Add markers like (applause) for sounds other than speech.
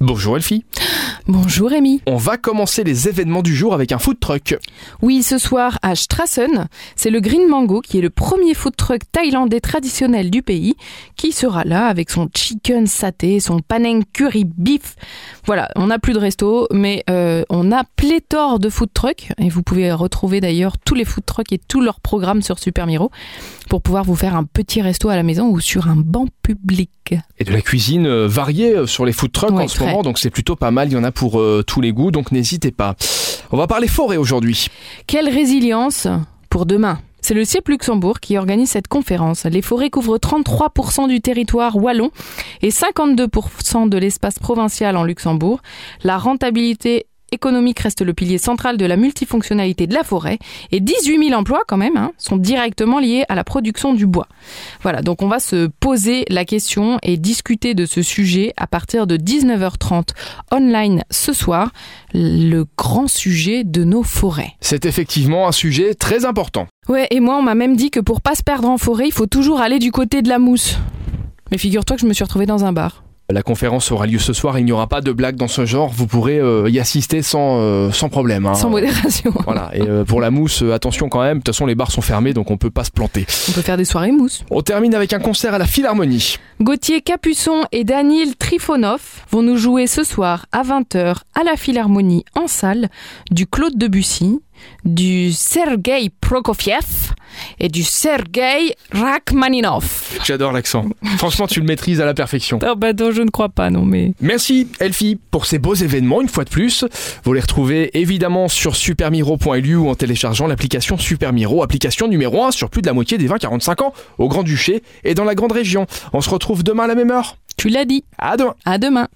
Bonjour Elfie. Bonjour Rémi. On va commencer les événements du jour avec un food truck. Oui, ce soir à Strassen, c'est le Green Mango qui est le premier food truck thaïlandais traditionnel du pays qui sera là avec son chicken saté, son panang curry beef. Voilà, on n'a plus de resto, mais euh, on a pléthore de food trucks et vous pouvez retrouver d'ailleurs tous les food trucks et tous leurs programmes sur Super Miro pour pouvoir vous faire un petit resto à la maison ou sur un banc public. Et de la cuisine euh, variée euh, sur les food trucks Ouais, en ce très. moment, donc c'est plutôt pas mal, il y en a pour euh, tous les goûts, donc n'hésitez pas. On va parler forêt aujourd'hui. Quelle résilience pour demain c'est le CIEP Luxembourg qui organise cette conférence. Les forêts couvrent 33% du territoire wallon et 52% de l'espace provincial en Luxembourg. La rentabilité économique reste le pilier central de la multifonctionnalité de la forêt et 18 000 emplois quand même hein, sont directement liés à la production du bois. Voilà, donc on va se poser la question et discuter de ce sujet à partir de 19h30 online ce soir, le grand sujet de nos forêts. C'est effectivement un sujet très important. Ouais, et moi, on m'a même dit que pour pas se perdre en forêt, il faut toujours aller du côté de la mousse. Mais figure-toi que je me suis retrouvée dans un bar. La conférence aura lieu ce soir, il n'y aura pas de blague dans ce genre, vous pourrez euh, y assister sans, euh, sans problème. hein. Sans modération. Voilà, et euh, pour la mousse, euh, attention quand même, de toute façon les bars sont fermés, donc on peut pas se planter. (laughs) On peut faire des soirées mousse. On termine avec un concert à la Philharmonie. Gauthier Capuçon et Daniel Trifonov vont nous jouer ce soir à 20h à la Philharmonie en salle du Claude Debussy, du Sergei Prokofiev et du Sergei Rachmaninov. J'adore l'accent. Franchement, tu le maîtrises à la perfection. Ah bah non, je ne crois pas, non mais... Merci Elfie pour ces beaux événements une fois de plus. Vous les retrouvez évidemment sur supermiro.lu ou en téléchargeant l'application Supermiro, application numéro 1 sur plus de la moitié des 20-45 ans au Grand-Duché et dans la Grande Région. On se retrouve demain à la même heure. Tu l'as dit, À demain à demain